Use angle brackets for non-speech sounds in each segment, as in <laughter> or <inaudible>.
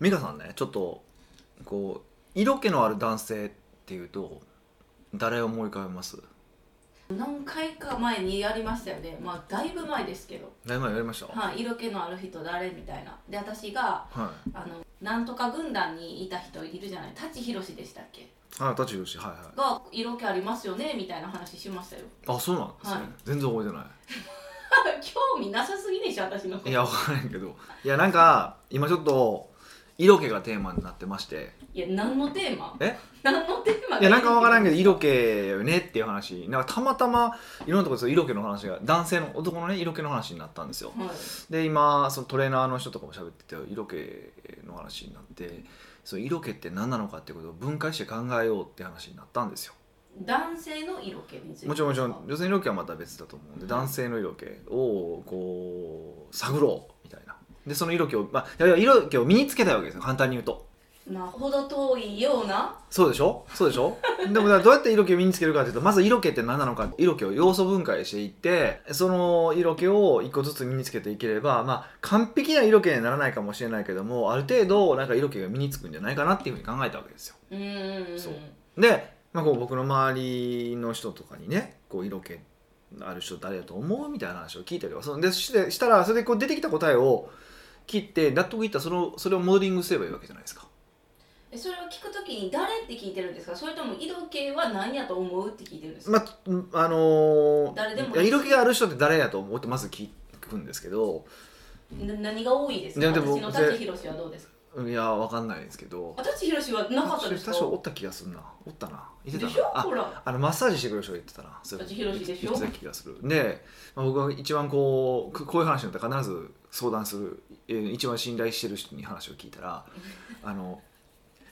美香さんねちょっとこう色気のある男性っていうと誰を思い浮かべます何回か前にやりましたよねまあだいぶ前ですけど、大前やりましたははい、色気のある人誰みたいなで私がい、あのなんとか軍団にいた人いるじゃない舘ひろしでしたっけはい、舘ひろしはいはいが色気ありますよねみたいな話しましたよ <laughs> あそうなんですね、はい全然覚えてない興味なさすぎでしょ私のこといやわからんけどいやなんか今ちょっと色気がテーマになってましていや何のテーマえ何のテーマがいやなんかわからんけど色気色気よねっていう話なんかたまたまいろんなところでその色気の話が男性の男のね色気の話になったんですよはいで今そのトレーナーの人とかも喋ってて色気の話になってその色気って何なのかっていうことを分解して考えようって話になったんですよ男性の色気についてもちろんもちろですかん女性の色気はまた別だと思うんで、うん男性の色気をこう探ろうみたいなでその色気を、まあ、いやいや色気を身につけたいわけですよ簡単に言うとまあほど遠いようなそうでしょそうでしょでもだからどうやって色気を身につけるかというとまず色気って何なのか色気を要素分解していってその色気を一個ずつ身につけていければまあ完璧な色気にならないかもしれないけどもある程度なんか色気が身につくんじゃないかなっていうふうに考えたわけですようーんそうで、まあ、こう僕の周りの人とかにねこう色気のある人誰だと思うみたいな話を聞いたりとかそのでしてしたらそれでこう出てきた答えを切って納得いったらそのそれをモデリングすればいいわけじゃないですかえそれを聞くときに誰って聞いてるんですかそれとも色気は何やと思うって聞いてるんですか、まあ、うんあのー誰でもいいいや色気がある人って誰やと思ってまず聞くんですけどな何が多いですいかやでも私の舘ひろしはどうですかうんいやわかんないですけどあ舘ひろしはなかったですか確かおった気がするなおったないてたでなしょあほらあのマッサージしてくれる人が言ってたなそ舘ひろしでし言ょってた気がするで、まあ、僕が一番こうくこういう話になったら必ず相談する、えー一番信頼してる人に話を聞いた <laughs> らあの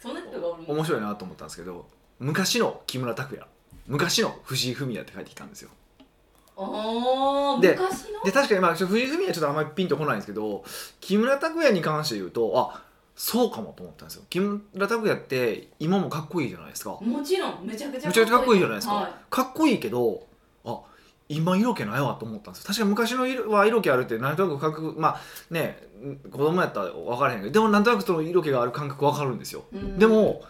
そんな人がおるもん面白いなと思ったんですけど昔の木村拓哉昔の藤井フミヤって書いてきたんですよあーで昔ので確かにまあちょっと藤井フミヤちょっとあんまりピンとこないんですけど木村拓哉に関して言うとあそうかもと思ったんですよ木村拓哉って今もかっこいいじゃないですかもちろんめちゃくちゃめちゃくちゃかっこいいじゃないですか、はかっこいいけどあ今色気ないわと思ったんですよ確かに昔の色は色気あるってなんとなく感覚まあね子供やったら分からへんけどでもなんとなくその色気がある感覚分かるんですよ、いうんでも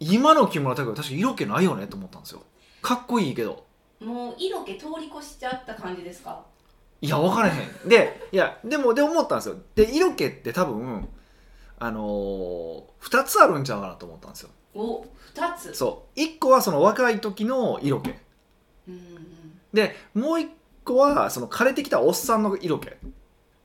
今の木村拓哉は確かに色気ないよねと思ったんですよかっこいいけどもう色気通り越しちゃった感じですかいや分からへんでいやでもで思ったんですよで色気って多分あのー、2つあるんちゃうかなと思ったんですよお二つそう1個はその若い時の色気うんうんでもう一個はその枯れてきたおっさんの色気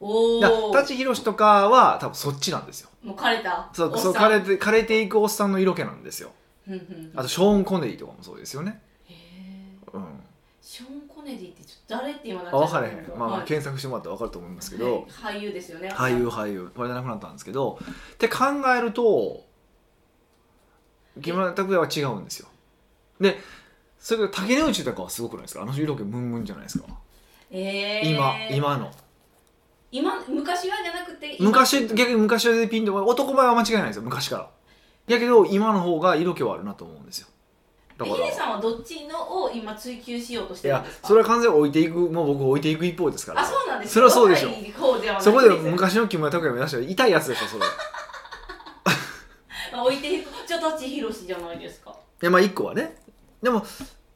おだお舘ひろしとかは多分そっちなんですよもう枯れたそうおっそうさ枯んれて枯れていくおっさんの色気なんですようんうんあとショーン・コネリーとかもそうですよねへえうんショーン・コネリーってちょっと誰って今なあっちゃ分ったかんれでへすんけどまあまあはい検索してもらったら分かると思いますけはいど俳優ですよね俳優俳優これで亡くなったんですけどって考えると木村拓哉は違うんですよでそれから竹野内とかはすごくないですかあの色気ムンムンじゃないですかえー、今今の今昔はじゃなくて今昔逆に昔でピンと男前は間違いないですよ昔からやけど今の方が色気はあるなと思うんですよだからヒデさんはどっちのを今追求しようとしいてるんやですかそれは完全に置いていくもう僕置いていく一方ですからあそうなんですかそれはそうでしょ若い方ではないそこですね昔の木村拓哉目指したら痛いやつでしょそれいまあ置いていくちょっと舘ひろしじゃないですかやまあ一個はねでも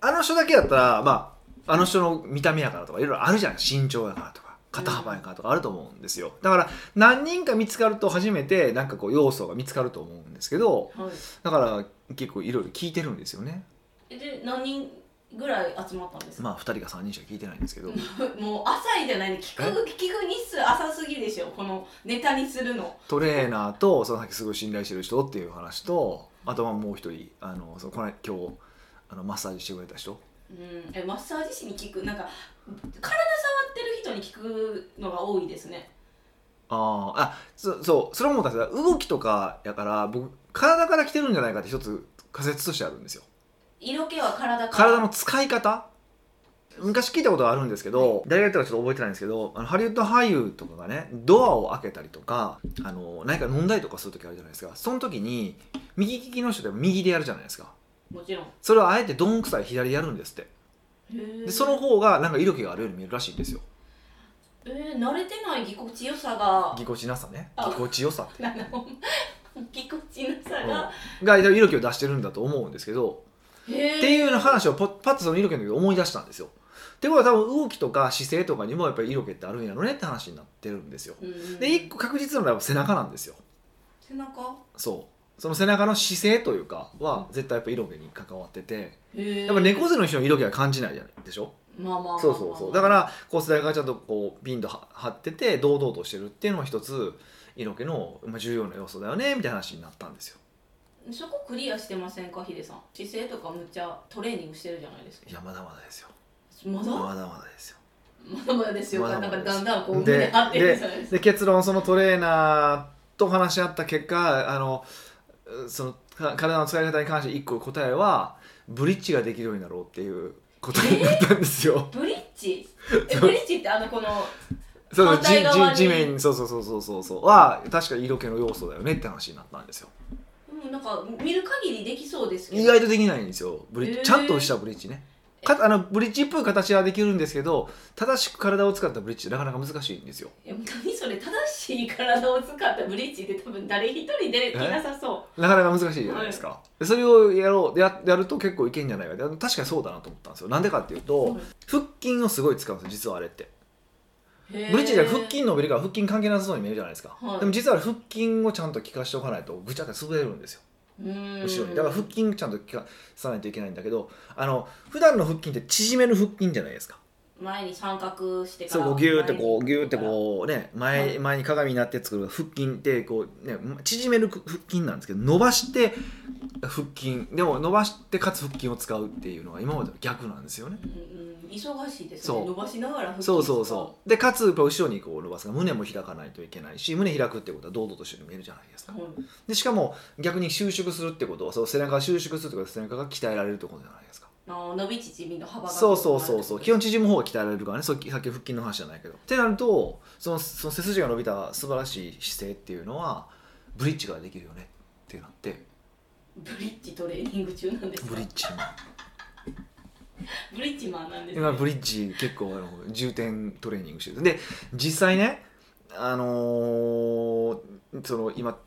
あの人だけやったらまああの人の見た目やからとかいろいろあるじゃん身長やからとか肩幅やからとかあると思うんですよだから何人か見つかると初めてなんかこう要素が見つかると思うんですけどはいだから結構いろいろ聞いてるんですよねえで何人ぐらい集まったんですか、まあ2人か3人しか聞いてないんですけどもう浅いじゃないの聞くえ聞く日数浅すぎでしょこのネタにするのトレーナーとその先すごい信頼してる人っていう話とあとはもう一人あのそのこの今日あのマッサージしてくれた人うんえマッサージ師に聞くなんか体触ってる人に聞くのが多いですねあーあそそうそれ思ったんですが動きとかやから僕体から来てるんじゃないかって一つ仮説としてあるんですよ色気は体から体の使い方昔聞いたことあるんですけど誰がやったかちょっと覚えてないんですけどあのハリウッド俳優とかがねドアを開けたりとかあの何か飲んだりとかする時あるじゃないですかその時に右利きの人でも右でやるじゃないですかもちろんそれをあえてどんくさい左でやるんですってででその方がなんか色気があるように見えるらしいんですよえー、慣れてないぎこちよさがぎこちなさねあぎこちよさってなんだほんぎこちなさが、が色気を出してるんだと思うんですけど、へーっていうような話をパッパッとその色気の時に思い出したんですよ。ってことは多分動きとか姿勢とかにもやっぱり色気ってあるんやろねって話になってるんですよ。うんで一個確実なのはやっぱ背中なんですよ。背中そうその背中の姿勢というかは絶対やっぱ色気に関わっててへーやっぱ猫背の人の色気は感じないじゃないでしょまあまあまあまあそうそうそうだからこう世代がちゃんとこうピンとは張ってて堂々としてるっていうのは一つ色気のまあ重要な要素だよねみたいな話になったんですよそこクリアしてませんかヒデさん姿勢とかむっちゃトレーニングしてるじゃないですかいやまだまだですよまだままだまだですよだまだですよまだなまんだでかすだんだんこうで胸張ってるじゃないですかで結論そのトレーナーと話し合った結果あのうそのか体の使い方に関して一個答えはブリッジができるようになろうっていう答えになったんですよ、ブリッ <laughs> ジえブリッジってあのこのそうそう反じ対側にじ地面にそうそうそうそうそうそうは確かに色気の要素だよねって話になったんですようんなんか見る限りできそうですけど意外とできないんですよブリッジ、へーちゃんとしたブリッジねかあのブリッジっぽい形はできるんですけど正しく体を使ったブリッジってなかなか難しいんですよいや何それ正しい体を使ったブリッジって多分誰一人出れていなさそなかなか難しいじゃないですか、でそれをやろうややると結構いけんじゃないかってあの確かにそうだなと思ったんですよなんでかっていうと、う、腹筋をすごい使うんですよ実はあれってへーブリッジで腹筋伸びるから腹筋関係なさそうに見えるじゃないですか、はいでも実は腹筋をちゃんと効かしておかないとぐちゃって潰れるんですようん後ろにだから腹筋ちゃんと効かさないといけないんだけどあの普段の腹筋って縮める腹筋じゃないですか前に三角してかそらうこうギューってこうギューってうこうねは前い前に鏡になって作る腹筋ってこうね縮める腹筋なんですけど伸ばして腹筋でも伸ばしてかつ腹筋を使うっていうのが今までの逆なんですよねうんうん忙しいですそねう伸ばしながら腹筋そうそうそうでかつやっぱ後ろにこう伸ばすから胸も開かないといけないし胸開くってことは堂々としてるように見えるじゃないですかはいでしかも逆に収縮するってことはそう背中が収縮するってことは背中が鍛えられるってことじゃないですかあー伸び縮みの幅がそうそうそうそう基気本縮む方が鍛えられるからねさっきさっき腹筋の話じゃないけどってなるとそのその背筋が伸びた素晴らしい姿勢っていうのはブリッジができるよねってなってブリッジトレーニング中なんですかブリッジマンブリッジマンなんですね今ブリッジ結構あの重点トレーニングしてるで実際ねあのーその今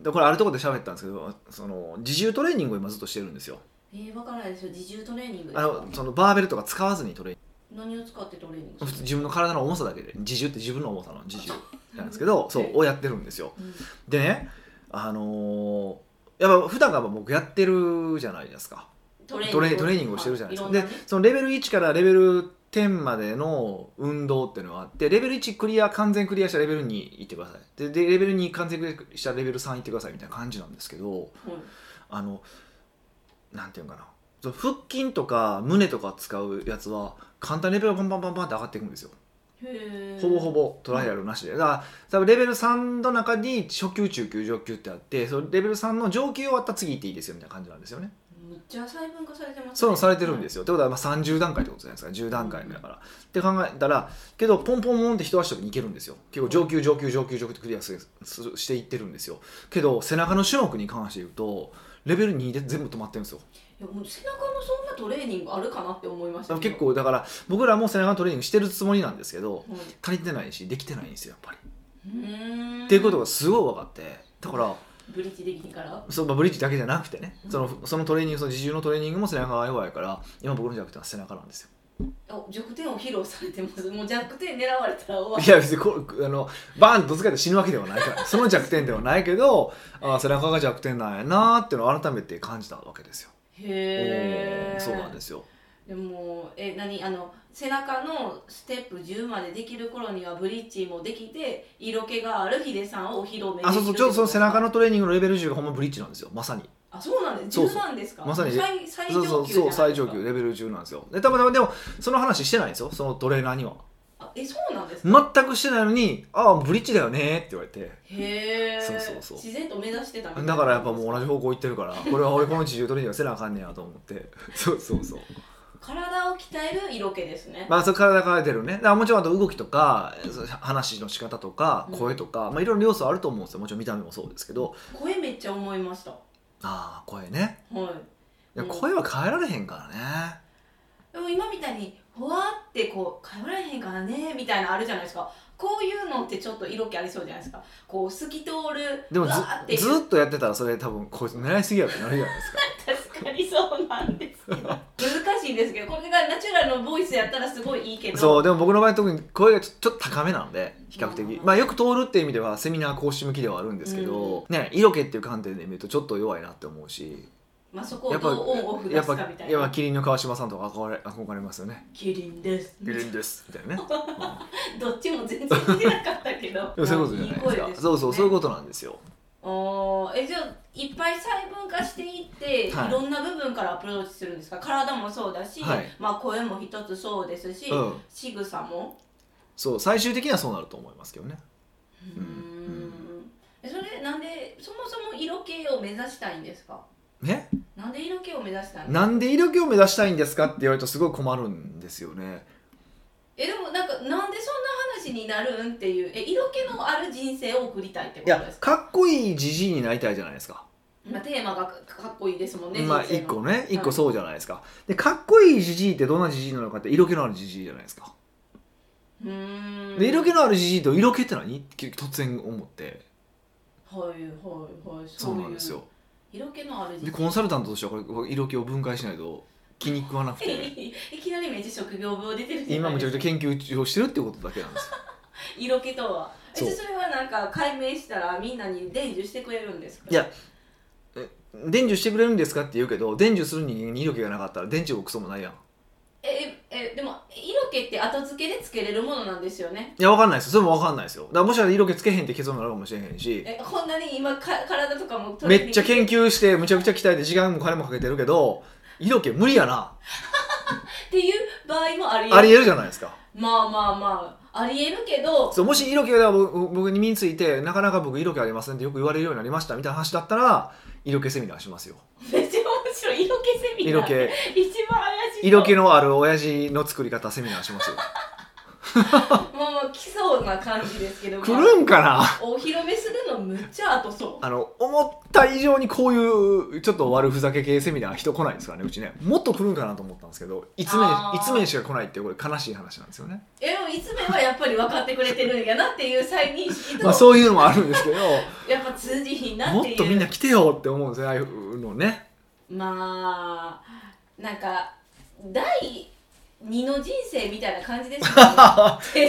でこれあるところで喋ったんですけどその自重トレーニングを今ずっとしてるんですよえー、わからないですよ自重トレーニングですあかのそのバーベルとか使わずにトレーニング何を使ってトレーニング普す通る自分の体の重さだけで自重って自分の重さの自重なんですけどそうをやってるんですようんでねあのーやっぱ普段から僕やってるじゃないですかトレトレトレーニングをしてるじゃないですか、はでそのレベル1からレベル10までの運動っていうのがあってレベル1クリア完全クリアしたらレベル2行ってくださいででレベル2完全クリアしたらレベル3行ってくださいみたいな感じなんですけどいろんなねあのなんていうんかなその腹筋とか胸とか使うやつは簡単にレベルがパンパンパンパンって上がっていくんですよはいへーほぼほぼトライアルなしで、だから多分レベル3の中に初級中級上級ってあってそのレベル3の上級終わったら次行っていいですよみたいな感じなんですよねむっちゃ細分化されてますねそういうのされてるんですよ、ってことはまあ30段階ってことじゃないですか10段階だから、って考えたらけどポンポンポンって一足先にいけるんですよ結構上級上級上級上級ってクリアすすしていってるんですよけど背中の種目に関して言うとレベル2で全部止まってるんですよいやもう背中のそんなトレーニングあるかなって思いましたけ結ど、構だから僕らも背中のトレーニングしてるつもりなんですけどはい足りてないしできてないんですよやっぱり、うーんっていうことがすごい分かってだからブリッジできひんからそうまあブリッジだけじゃなくてねそのそのトレーニングその自重のトレーニングも背中が弱いから今僕の弱点は背中なんですよお弱点を披露されてます <laughs> もう弱点狙われたら終わいや別にこあのバーンとぶつかって死ぬわけではないからその弱点ではないけど <laughs> あー背中が弱点なんやなーっていうのを改めて感じたわけですよ、り <laughs> へえそうなんですすよでもえ何あの背中のステップ10までできる頃にはブリッジもできて色気があるヒデさんをお披露目あそうそうちょうどその背中ののトレーニングのレベル10がほんまブリッジなんですよまさにあそうなんですそうそう10なんですかまさに最最そ上級うじゃそないそう最うですか上級レベル10なんですよでたまたまでもその話してないんですよそのトレーナーにはあえそうなんですか、全くしてないのに「ああブリッジだよね」って言われてへえそうそうそう自然と目指してたみたいなだからやっぱもう同じ方向行ってる <laughs> からこれは俺この自重トレーニングはせなあかんねやと思ってそうそうそう体を鍛える色気ですね、まあそれ体から出るねだからもちろんあと動きとかそう話の仕方とかうん声とか、まあいろいろ要素あると思うんですよもちろん見た目もそうですけど声めっちゃ思いましたはああ声ねいいやうん声は変えられへんからねでも今みたいにほわってこう変わらへんからねみたいなのあるじゃないですかこういうのってちょっと色気ありそうじゃないですかこう透き通るでもうわーっていずうずっとやってたらそれ多分こいつ狙いすぎやってなるじゃないですか確かにそうなんです <laughs> けど難しいんですけどこれがナチュラルのボイスやったらすごいいいけどそうでも僕の場合特に声がちょちょっと高めなんで比較的あーまあよく通るっていう意味ではセミナー講師向きではあるんですけど、ね色気っていう観点で見るとちょっと弱いなって思うしまあ、そこをやっぱどうオンオフ出やっすかぱみたいやっぱなキリンの川島さんとか憧れ憧れますよねキリンですキリンですみたい <laughs> なね、うん <laughs> どっちも全然出なかったけどでもそういうことじゃないですか。そうそう、そういうこことなんですよ。とおーえじゃあいっぱい細分化していって、はいい、ろんな部分からアプローチするんですか体もそうだし、はいまあ、声も一つそうですし、うん。仕草もそう、最終的にはそうなると思いますけどね。ううーんんえそれなんでそもそも色気を目指したいんですかね、なんで色気を目指したいんですかなんで色気を目指したいんですかって言われるとすごい困るんですよね。えでもなんかなんでそんな話になるんっていうえ色気のある人生を送りたいってこいとやです、か、かっこいいじじいになりたいじゃないですか。まあ、テーマがかかっこいいですもんねまあ人生一の個ね、一個そうじゃないですか。で、かっこいいじじいってどんなじじいなのかって色気のあるじじいじゃないですか。うーんで、色気のあるじじいと色気って何って突然思って、はいはいはいそういなんですよ。色気のある人で、コンサルタントとしてはこれ色気を分解しないと気に食わなくて、 <laughs> いきなりめっちゃ職業病出てるじゃな今いむちゃでくすちゃか研究をしてるってことだけなんですよ色気とはえそうじゃあそれはなんか解明したらみんなに伝授してくれるんですかいや伝授してくれるんですかって言うけど伝授する人間に色気がなかったら伝授もクソもないやんいえええでも色気って後付けでつけれるものなんですよねやわかんないですよそれもわかんないですよだからもしかしたら色気つけへんって結論になるかもしれへんしえこんなに今か体とかもめっちゃ研研究してむちゃくちゃ鍛えて時間も金もかけてるけど色気無理やなっていう場合もありえるありえるじゃないですかまあまあまあありえるけどそうもし色気が僕僕に身についてなかなか僕色気ありませんってよく言われるようになりましたみたいな話だったら色気セミナーしますよめっちゃ面白い色気セミナ色ー気一番怪しい色気のある親父の作り方セミナーします <laughs> よもうもう来そうな感じですけど来まあるんかなお披露目するのむっちゃ後そあの、思った以上にこういう、ちょっと悪ふざけ系セミナー人来ないですからね、うちね。もっと来るんかなと思ったんですけど、1あ名、ー一名しか来ないって、これ悲しい話なんですよね。うえでもいつ目はやっぱり分かってくれてるんやなっていう再認識と、まあそういうのもあるんですけど、やっぱ通じひん <laughs> なもってっいうとみんな来てよって思うんですよ、ああいうのね。まあなんか第二の人生みたいな感じですよ <laughs> ねテ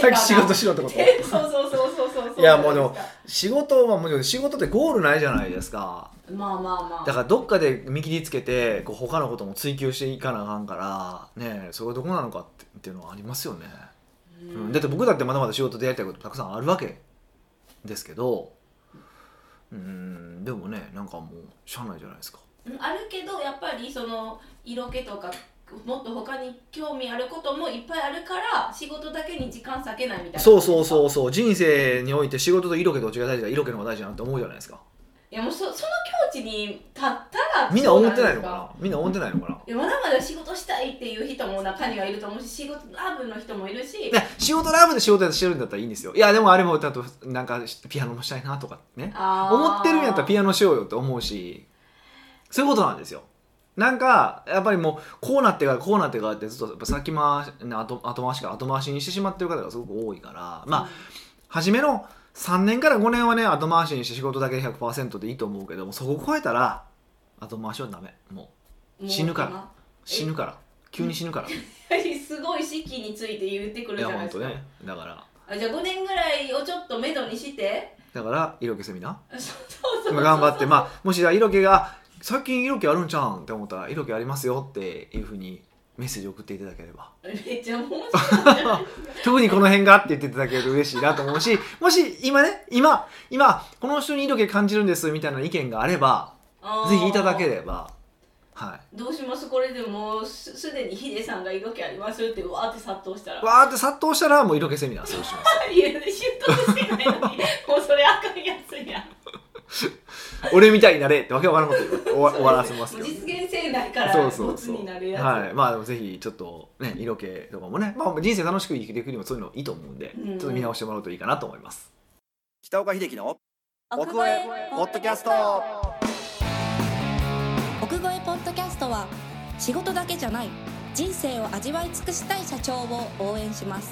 ーさっマがき仕事しろってことテーマそうそうそうそうそうそういいやもうでも仕事はもちろん仕事ってゴールないじゃないですか。まあまあまあだからどっかで見切りつけて、こう他のことも追求していかなあかんから、ねえそれがどこなのかってっていうのはありますよね。うんだって僕だってまだまだ仕事でやりたいことたくさんあるわけですけどうんでもねなんかもうしゃあないじゃないですかうんあるけどやっぱりその色気とかもっと他に興味あることもいっぱいあるから仕事だけに時間割けないみたいなそうそうそううそう人生において仕事と色気どっちが大事だ色気の方が大事だなって思うじゃないですかいやもうそその境地に立ったらみんな思ってないのそうかなんですみんな思ってないのかなかいやまだまだ仕事したいっていう人も中にはいると思うし仕事ラブの人もいるしね、仕事ラブで仕事してるんだったらいいんですよいやでもあれもだとなんかピアノもしたいなとかね思思ってるんやったらアピアノしようよって思うしそういうことなんですよなんかやっぱりもうこうなってからこうなってからってずっとやっぱ先回しね後後回しか後回しにしてしまってる方がすごく多いからまあ初めの3年から5年はね後回しにして仕事だけ100%でいいと思うけどもそこを超えたら後回しはダメも死ぬからう死ぬから急に死ぬからいらすごい四季について言ってくるじやゃないほんですとか、ねだからあじゃあ5年ぐらいをちょっと目処にしてだから色気セミナー <laughs> そうそうそうまあ頑張って、まあ、もし色気があ「最近色気あるんじゃうん」って思ったら「色気ありますよ」っていうふうにメッセージ送っていただければめっちゃ面白いじゃないですか特にこの辺がって言っていただけると嬉しいなと思うしもし今ね今今この人に色気感じるんですみたいな意見があればあー <laughs> ぜひいただければはどうしますこれでもうすすでにヒデさんが色気ありますってわーって殺到したらいわーって殺到したらもう色気セミナーそうしますいや習得してないのにもうそれあかんやつ <laughs> や俺みたいになれってわけわからんこと言う終わ終わらせますもうけど実現性ないからそうそう没そうになるやつはいまあでもぜひちょっとね色気とかもね、まあ、人生楽しく生きていくにもそういうのいいと思うんで、うんちょっと見直してもらうといいかなと思います北岡秀樹の奥越えポッドキャスト奥越えポッドキャストは仕事だけじゃない人生を味わい尽くしたい社長を応援します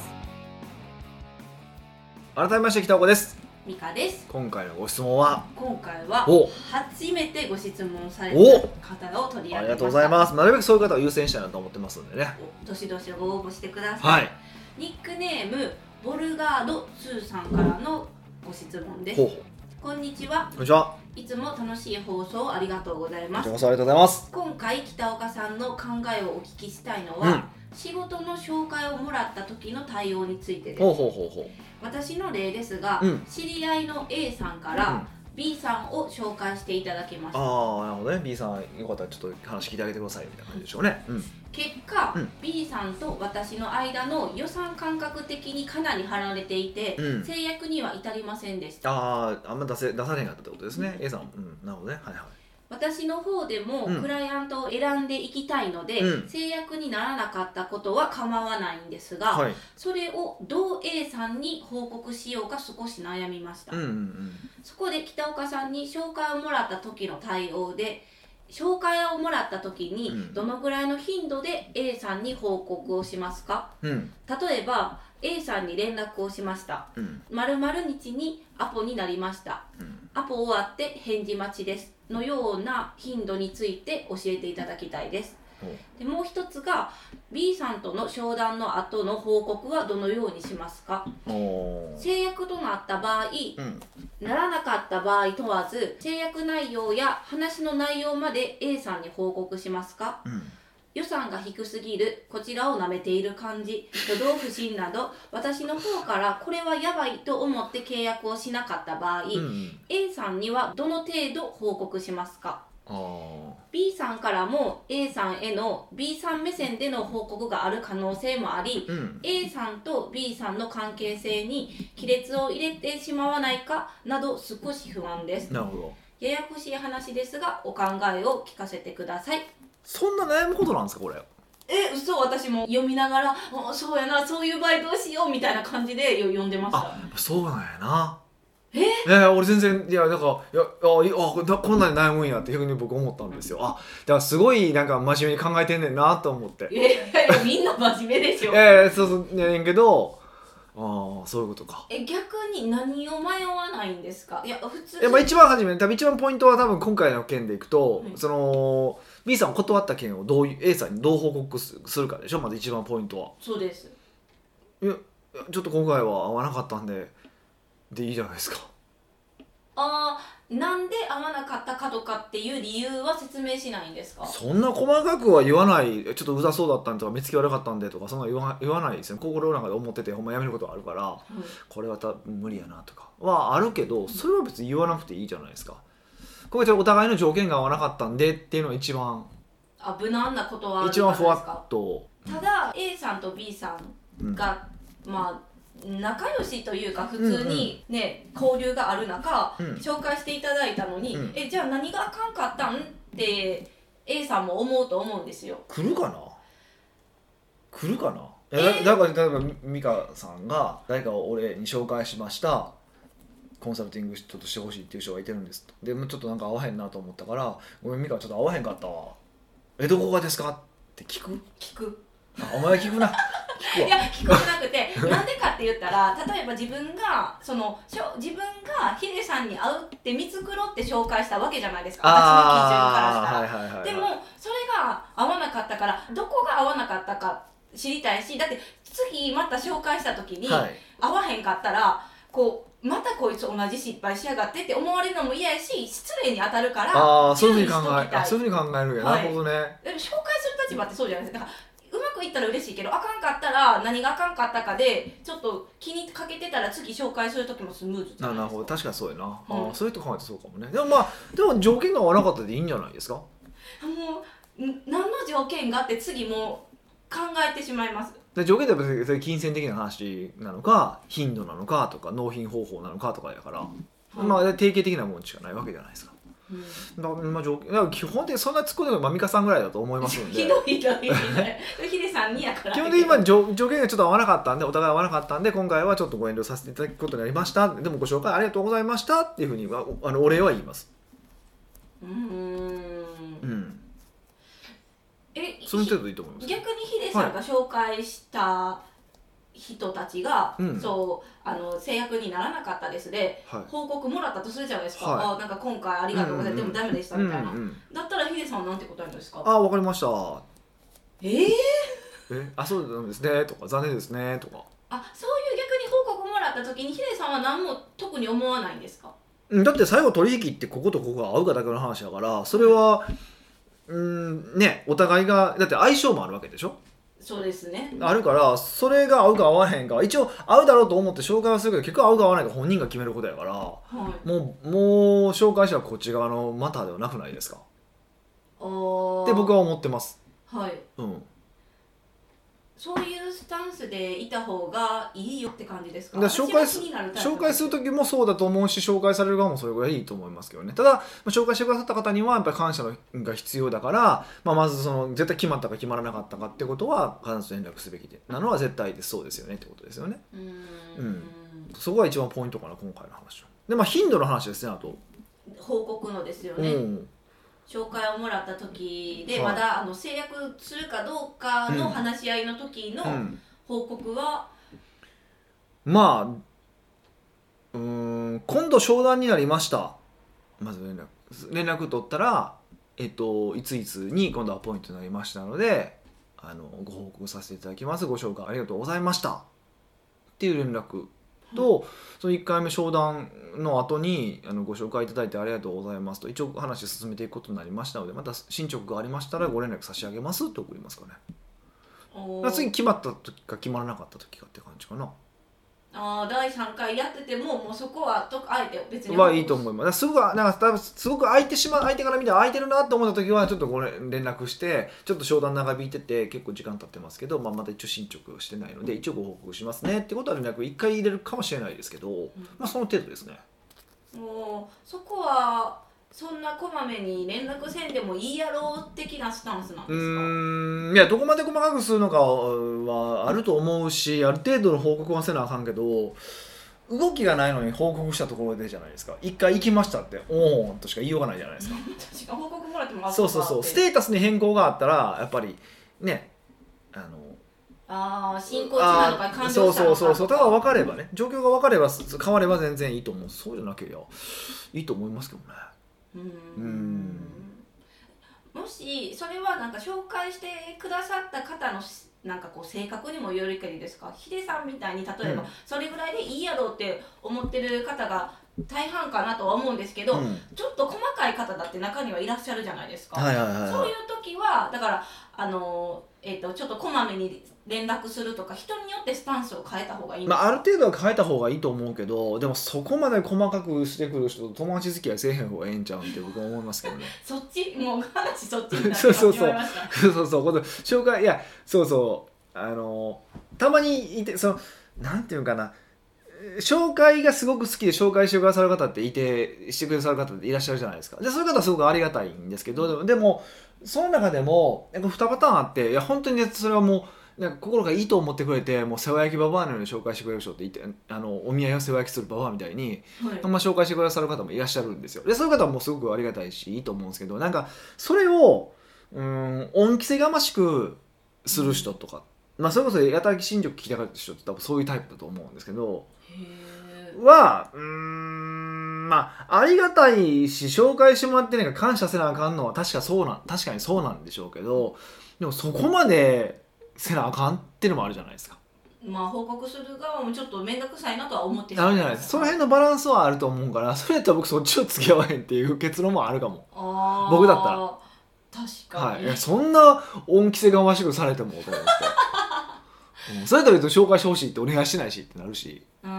改めまして北岡ですミカです今回のご質問は今回はお初めてご質問されおた方を取り上げましたありがとうございますなるべくそういう方を優先したいなと思ってますんでねおどしどしご応募してください、はいニックネームボルガード2さんからのご質問ですほうほうこんにちはこんにちは。いつも楽しい放送ありがとうございこますちらこそありがとうございます。今回北岡さんの考えをお聞きしたいのうは、ん仕事の紹介をもらった時の対応についてですほうほうほうほ私の例ですが、うん知り合いの A さんかうんら B さんを紹介していただきまう。したああ、なるほどね。B さん、よかったらちょっと話聞いてあげてくださいみたいな感じでしょうね。うん。結果、うん B さんと私の間の予算感覚的にかなり離れていて、うん制約には至りませんでしたああ、あんま出せ出されへんかったってことですね。A さん、うん、なるほどね。はいは私の方でもうんクライアントを選んでいきたいので、うん制約にならなかったことは構わないんですが、い。はい。それをどう A さんに報告しようか少し悩みました、うんうんうん。そこで北岡さんに紹介をもらった時の対応で紹介をもらった時にうんどのぐらいの頻度で A さんに報告をしますかうん例えば A さんに連絡をしましたうん〇〇日にアポになりましたうん。アポ終わって返事待ちですのような頻度について教えていただきたいですほうでもう一つが B さんとの商談の後の報告はどのようにしますかおー制約となった場合うん。ならなかった場合問わず制約内容や話の内容まで A さんに報告しますかうん。予算が低すぎるこちらを舐めている感じ挙動不審など私の方からこれはやばいと思って契約をしなかった場合、うんうん。 A さんにはどの程度報告しますかああ。 B さんからも A さんへの B さん目線での報告がある可能性もありうん。 A さんと B さんの関係性に亀裂を入れてしまわないかなど少し不安ですなるほど。ややこしい話ですがお考えを聞かせてくださいそんな悩むことなんですかこれ。え嘘私も読みながらあそうやなそういう場合どうしようみたいな感じでよ読んでましたあ、そうなんやな。えいやいや俺全然いやなんかいやあいやあだこんなに悩むんやって逆に僕思ったんですよあだからすごいなんか真面目に考えてんねんなと思っていやいやいやみんな真面目でしょええそうそうやねんけどああそういうことかえ逆に何を迷わないんですかいや普通え、まあ、一番初めに多分一番ポイントは多分今回の件でいくと、うんその B さん断った件をどういう A さんにどう報告すするかでしょまず一番ポイントはそうですいやちょっと今回は合わなかったんででいいじゃないですかあーなんで合わなかったかとかっていう理由は説明しないんですかそんな細かくは言わないえちょっとうざそうだったんとか目つき悪かったんでとかそんな言わ言わないですね心の中で思っててほんまやめることあるからうんこれはた無理やなとかはあるけどそれは別に言わなくていいじゃないですかこれちょっとお互いの条件が合わなかったんでっていうのが一番あ無難なことはある一じゃな番いですふかわっと、ただ A さんと B さんうんが、まあ仲良しというか普通にね、交流がある中、うん紹介していただいたのに、うんえじゃあ何があかんかったんって A さんも思うと思うんですよ来るかな来るかなええーだだから例えばみ美香さんが誰かを俺に紹介しましたコンサルティングちょっとしてほしいっていう人がいてるんですとでもうちょっとなんか合わへんなと思ったから「ごめん美香ちょっと合わへんかったわえどこがですか?」って聞く聞くあお前は聞くな聞いくわや聞こえなくて <laughs> なんでかって言ったら例えば自分がそのしょ自分がヒデさんに会うって見繕って紹介したわけじゃないですか私の基準からしたら、ーはいはいはいでもそれが合わなかったからどこが合わなかったか知りたいしだって次また紹介した時には合いわへんかったらこうまたこいつ同じ失敗しやがってって思われるのも嫌やし失礼に当たるからああそういうふうに考注意しときえたいあそういうふうに考えるんや、はないるほどねでも紹介する立場ってそうじゃないですかだからうまくいったら嬉しいけどあかんかったら何があかんかったかでちょっと気にかけてたら次紹介する時もスムーズじゃなないなるですほどか確かにそうやな、あうんあそういうとこ考えてそうかもねでもまあでも条件が合わなかったでいいんじゃないですかもうん何の条件があって次もう考えてしまいますで条件って別に金銭的な話なのか頻度なのかとか納品方法なのかとかやから、まあ、定型的なもんしかないわけじゃないですかうんだからまあ条件だから基本的にそんな突っ込んでるのはまみかさんぐらいだと思います <laughs> んでひどいひどいひどいヒデさんにやから基本的に今条条件がちょっと合わなかったんでお互い合わなかったんで今回はちょっとご遠慮させていただくことになりましたでもご紹介ありがとうございましたっていうふうにはおあのお礼は言います、うーんうん、えその程度でいいと思います逆にヒデさんが紹介した人たちが、うんそうあの制約にならなかったですではい報告もらったとするじゃないですか、はいあなんか今回ありがとうございます、うんうんでもダメでしたうんみうたいな、んだったらヒデさんはなんて答えるんですかあわかりましたえええあそうなんですねとか残念ですねとかあそういう逆に報告もらった時にヒデさんは何も特に思わないんですかうんだって最後取引ってこことここが合うかだけの話だからそれはうんねお互いがだって相性もあるわけでしょそうですねあるからそれが合うか合わへんか一応合うだろうと思って紹介はするけど結局合うか合わないか本人が決めることやからはいもうもう紹介者はこっち側のマターではなくないですかあーって僕は思ってますはいうんそういうスタンスでいた方がいいよって感じですかだから紹介す私が気になるタイプ紹介する時もそうだと思うし紹介される側もそれぐらいいいと思いますけどねただまあ紹介してくださった方にはやっぱり感謝のが必要だから、まあ、まずその絶対決まったか決まらなかったかってことは必ず連絡すべきでなのは絶対でそうですよねってことですよねうーうんそこが一番ポイントかな今回の話はでまあ頻度の話ですねあと、報告のですようね、ん紹介をもらった時ではいまだあの制約するかどうかの話し合いの時のうん、報告は、まあうーん今度商談になりましたまず連絡連絡取ったらえっといついつに今度アポイントになりましたのであのご報告させていただきますご紹介ありがとうございましたっていう連絡と、その1回目商談の後にあのご紹介いただいてありがとうございますと一応話進めていくことになりましたのでまた進捗がありましたらご連絡差し上げますって送りますかねおだから次ー決まった時か決まらなかった時かって感じかなあー第3回やっててももうそこはとあえて別にはいいと思いますだからすごくなんか多分すごく空いてしまう相手から見て空いてるなと思った時はちょっとごれ連絡してちょっと商談長引いてて結構時間経ってますけど、まあ、また一応進捗をしてないので一応ご報告しますねってことは連絡一回入れるかもしれないですけど、まあ、その程度ですねもうそこはそんなこまめに連絡せんでもいいやろう的なスタンスなんうですかーんいやどこまで細かくするのかはあると思うしある程度の報告はせなあかんけど動きがないのに報告したところでじゃないですか一回行きましたっておーんとしか言いようがないじゃないですか確か報告もらってもらそうそうそうスステテータスに変更があったらやっぱりねあのああ進行中なのか完了したそうのかそうそうそうただ分かればね状況が分かればす変われば全然いいと思うそうじゃなければいいと思いますけどねうーうんんもしそれはなんか紹介してくださった方のしなんかこう性格にもよるけりですかヒデさんみたいに例えば、うんそれぐらいでいいやろうって思ってる方が大半かなとは思うんですけうど、んちょっと細かい方だって中にはいらっしゃるじゃないですか、はいはいはいそうはいいう時はだからあの、えー、とちょっとこまめに連絡するとか人によってスタンスを変えた方がいいんでますあ、かある程度は変えた方がいいと思うけどでもそこまで細かくしてくる人と友達付き合いせえへん方がええんちゃうんって僕は思いますけどねそっちもう話そっちになってしそうそうそうまいました <laughs> そうそうこの紹介いやそうそうあのたまにいてそのなんていうかな紹介がすごく好きで紹介してくださる方っていてしてくださる方っていらっしゃるじゃないですかでそういう方はすごくありがたいんですけどでもでもその中でもなんか2パターンあっていや本当にねそれはもうなんか心がいいと思ってくれてもう世話焼きババアのように紹介してくれる人っていてあのお見合いを世話焼きするババアみたいにはいあんま紹介してくださる方もいらっしゃるんですよでそういう方もすごくありがたいしいいと思うんですけどなんかそれをうーん恩着せがましくする人とか、まあ、それこそ矢滝新宿聞いた人って多分そういうタイプだと思うんですけどへーはうーんまあありがたいし紹介してもらってなんか感謝せなあかんのは確かそうなん確かにそうなんでしょうけどでもそこまでせなあかんっていうのもあるじゃないですか。まあ報告する側もちょっと面倒くさいなとは思ってしまあうるじゃないですかその辺のバランスはあると思うからそれやったら僕そっちを付き合わへんっていう結論もあるかも。あー僕だったら確かはい、に、いやそんな恩着せがましくされてもと思って、 <laughs> うんそれだと紹介してほしいってお願いしてないしってなるし、うーう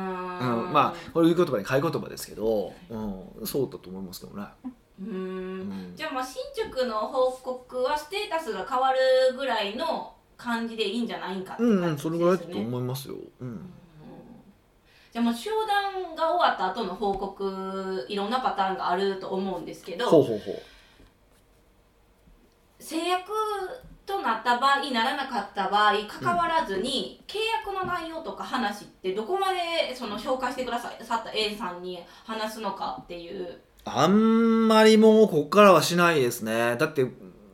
んんまあこれ言う言葉に買い言葉ですけど、うん、そうだと思いますけどね、うーうんんじゃあまあ新宿の報告はステータスが変わるぐらいの感じでいいんじゃないんかってう感じんうん、それぐらいだとうん思いますよ、うん、じゃあもう商談が終わった後の報告いろんなパターンがあると思うんですけどほうほうほう制約となった場合ならなかった場合関わらずに、契約の内容とか話ってどこまでその紹介してくださった A さんに話すのかっていうあんまりもうこっからはしないですねだって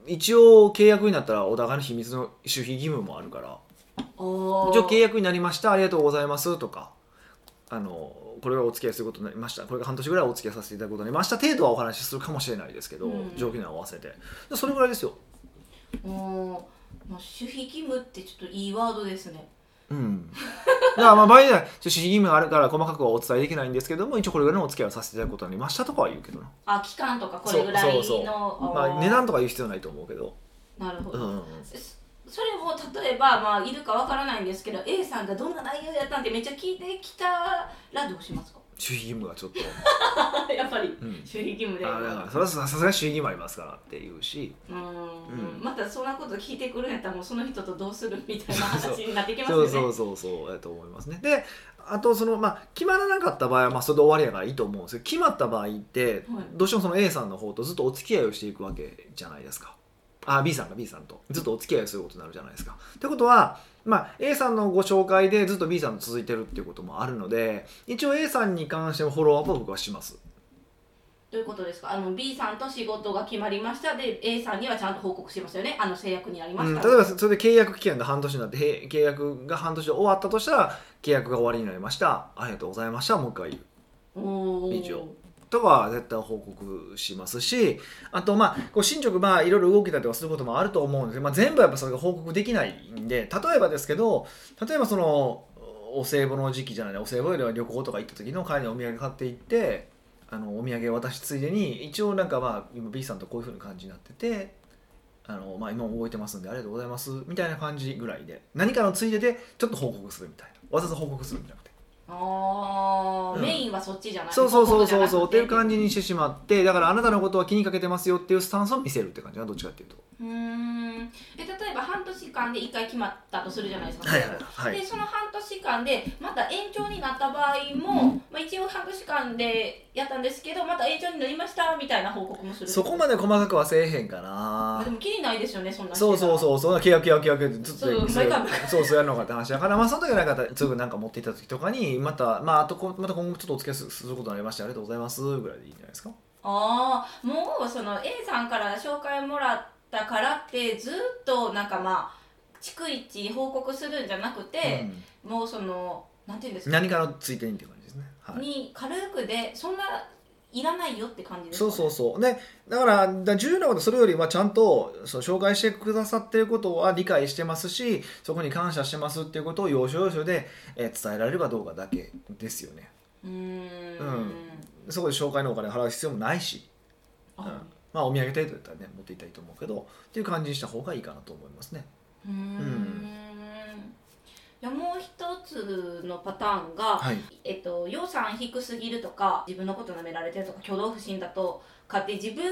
一応契約になったらお互いの秘密の守秘義務もあるからお一応ー契約になりましたありがとうございますとかあのこれはお付き合いすることになりましたこれが半年ぐらいお付き合いさせていただくことになりました程度はお話しするかもしれないですけど、うん条件に合わせてでそれぐらいですよ、おーまあ、守秘義務ってちょっといいワードですねうん、だからまあ場合には守秘義務があるから細かくはお伝えできないんですけども一応これぐらいのお付き合いをさせていただくことになりましたとかは言うけどな、あ期間とかこれぐらいのそうそうそうおーまあ、値段とか言う必要ないと思うけど、なるほうど、んうん、それも例えば、まあ、いるかわからないんですけど A さんがどんな内容やったんってめっちゃ聞いてきたらどうしますか守秘義務がちょっと、 <laughs> やっぱり <laughs> うん、守秘義務であだからそれはさすがに守秘義務ありますからっていうしうーうんんまたそんなこと聞いてくるんやったらもうその人とどうするみたいな話になってきますそようねそうそうそうやと思いますね。であとその、まあ、決まらなかった場合はまあそれで終わりやからいいと思うんですけど決まった場合ってどうしてもその A さんの方とずっとお付き合いをしていくわけじゃないですか。あ B さんが B さんとずっとお付き合いをすることになるじゃないですか。ってことは、まあ、A さんのご紹介でずっと B さんと続いてるっていうこともあるので一応 A さんに関してもフォローアップは僕はします。どういうことですかあの B さんと仕事が決まりましたで A さんにはちゃんと報告しましたよねあの制約にありまうん、し例た、えばそれで契約期間が半年になってへ契約が半年で終わったとしたら契約が終わりになりましたありがとうございましたもう一回言うおー以上とは絶対報告しますしあとまあこう進捗まあいろいろ動きたりとかすることもあると思うんですけど、まあ、全部やっぱそれが報告できないんで例えばですけど例えばそのお歳暮の時期じゃないお歳暮よりは旅行とか行った時の帰りにお土産買って行ってあのお土産渡しついでに一応なんかまあ今 B さんとこういう風な感じになってて。あのまあ、今も動いてますんでありがとうございますみたいな感じぐらいで何かのついででちょっと報告するみたいなわざわざ報告するんじゃなくてあーうんメインはそっちじゃないそうそうそうそうそう報っていう告じゃなく感じにしてしまってだからあなたのことは気にかけてますよっていうスタンスを見せるって感じがどっちかっていうとうーんえ例えば半年間で1回決まったとするじゃないですか、はいはいはいでその半年間でまた延長になった場合も、まあ、一応半年間でやったんですけどまた延長になりましたみたいな報告もするそこまで細かくはせえへんかなでも切りないですよねそんなそうそううそうそんな契約契約契約ってずっそうとそれ毎回毎そうそうやるのかって話だからまあその時はなんかすぐなんか持っていった時とかにまたまああとこまた今後ちょっとお付き合いすることになりましてありがとうございますぐらいでいいんじゃないですかああもうその A さんから紹介もらったからってずっとなんかまあ逐一報告するんじゃなくて、もうそのなんていうんでうすん、か何かのついてにっていう感じですねはいに軽くでそんないらないよって感じですかそね、うそうそうねだからだ重要なことはそれよりはちゃんとその紹介してくださってることは理解してますしそこに感謝してますっていうことを要所要所で、えー伝えられればどうかだけですよねうーんうんそこで紹介のお金払う必要もないし、うんあまあお土産程度だったらね持っていきたいと思うけどっていう感じにした方がいいかなと思いますねうーんいやもう一つのパターンが、はいえっと、予算低すぎるとか自分のこと舐められてるとか挙動不審だとかって自分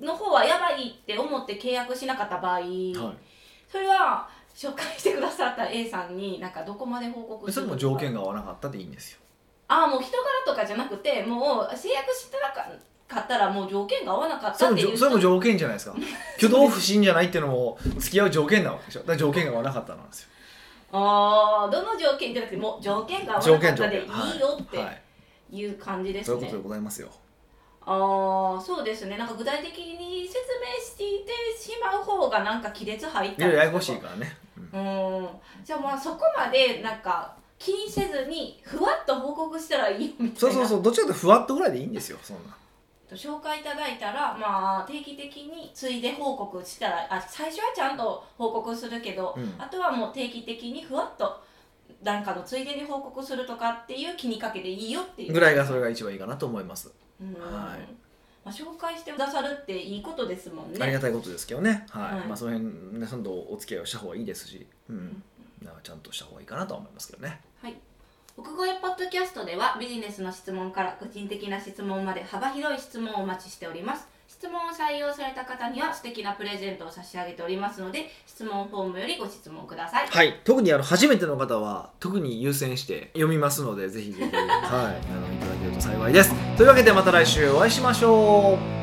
の方はやばいって思って契約しなかった場合、はそれは紹介してくださった A さんになんかどこまで報告い、すそるれも条件が合わなかったでいいんですよああもう人柄とかじゃなくてもう制約してなかったらもう条件が合わなかっそれたっもてじいょうそれも条件じゃないです <laughs> か挙動不審じゃないっていうのも付き合う条件なわけでしょだから条件が合わなかったなんですよああどの条件じゃなくてもう条件が合わ条なか件っ条たでい件いよってはいはい、いう感じですそね、ういうことでございますよああそうですねなんか具体的に説明していてしまう方がなんか亀裂入っいたろいりろややこしいからね、うんうんじゃあまあそこまでなんか気にせずにふわっと報告したらいいよみたいなそうそうそうどっちかというとふわっとぐらいでいいんですよそんな紹介いただいたらまあ定期的についで報告したらあ最初はちゃんと報告するけど、うんあとはもう定期的にふわっとなんかのついでに報告するとかっていう気にかけていいよっていうぐらいがそれが一番いいかなと思います、うんはいまあ、紹介してくださるっていいことですもんねありがたいことですけどねはい、はいまあその辺ねちゃんとお付き合いをした方がいいですしうんだからちゃんとした方がいいかなとは思いますけどね奥越ポッドキャストではビジネスの質問から個人的な質問まで幅広い質問をお待ちしております質問を採用された方には素敵なプレゼントを差し上げておりますので質問フォームよりご質問くださいはい特にあの初めての方は特に優先して読みます <laughs> のでぜひぜひはいあのいただけると幸いですというわけでまた来週お会いしましょう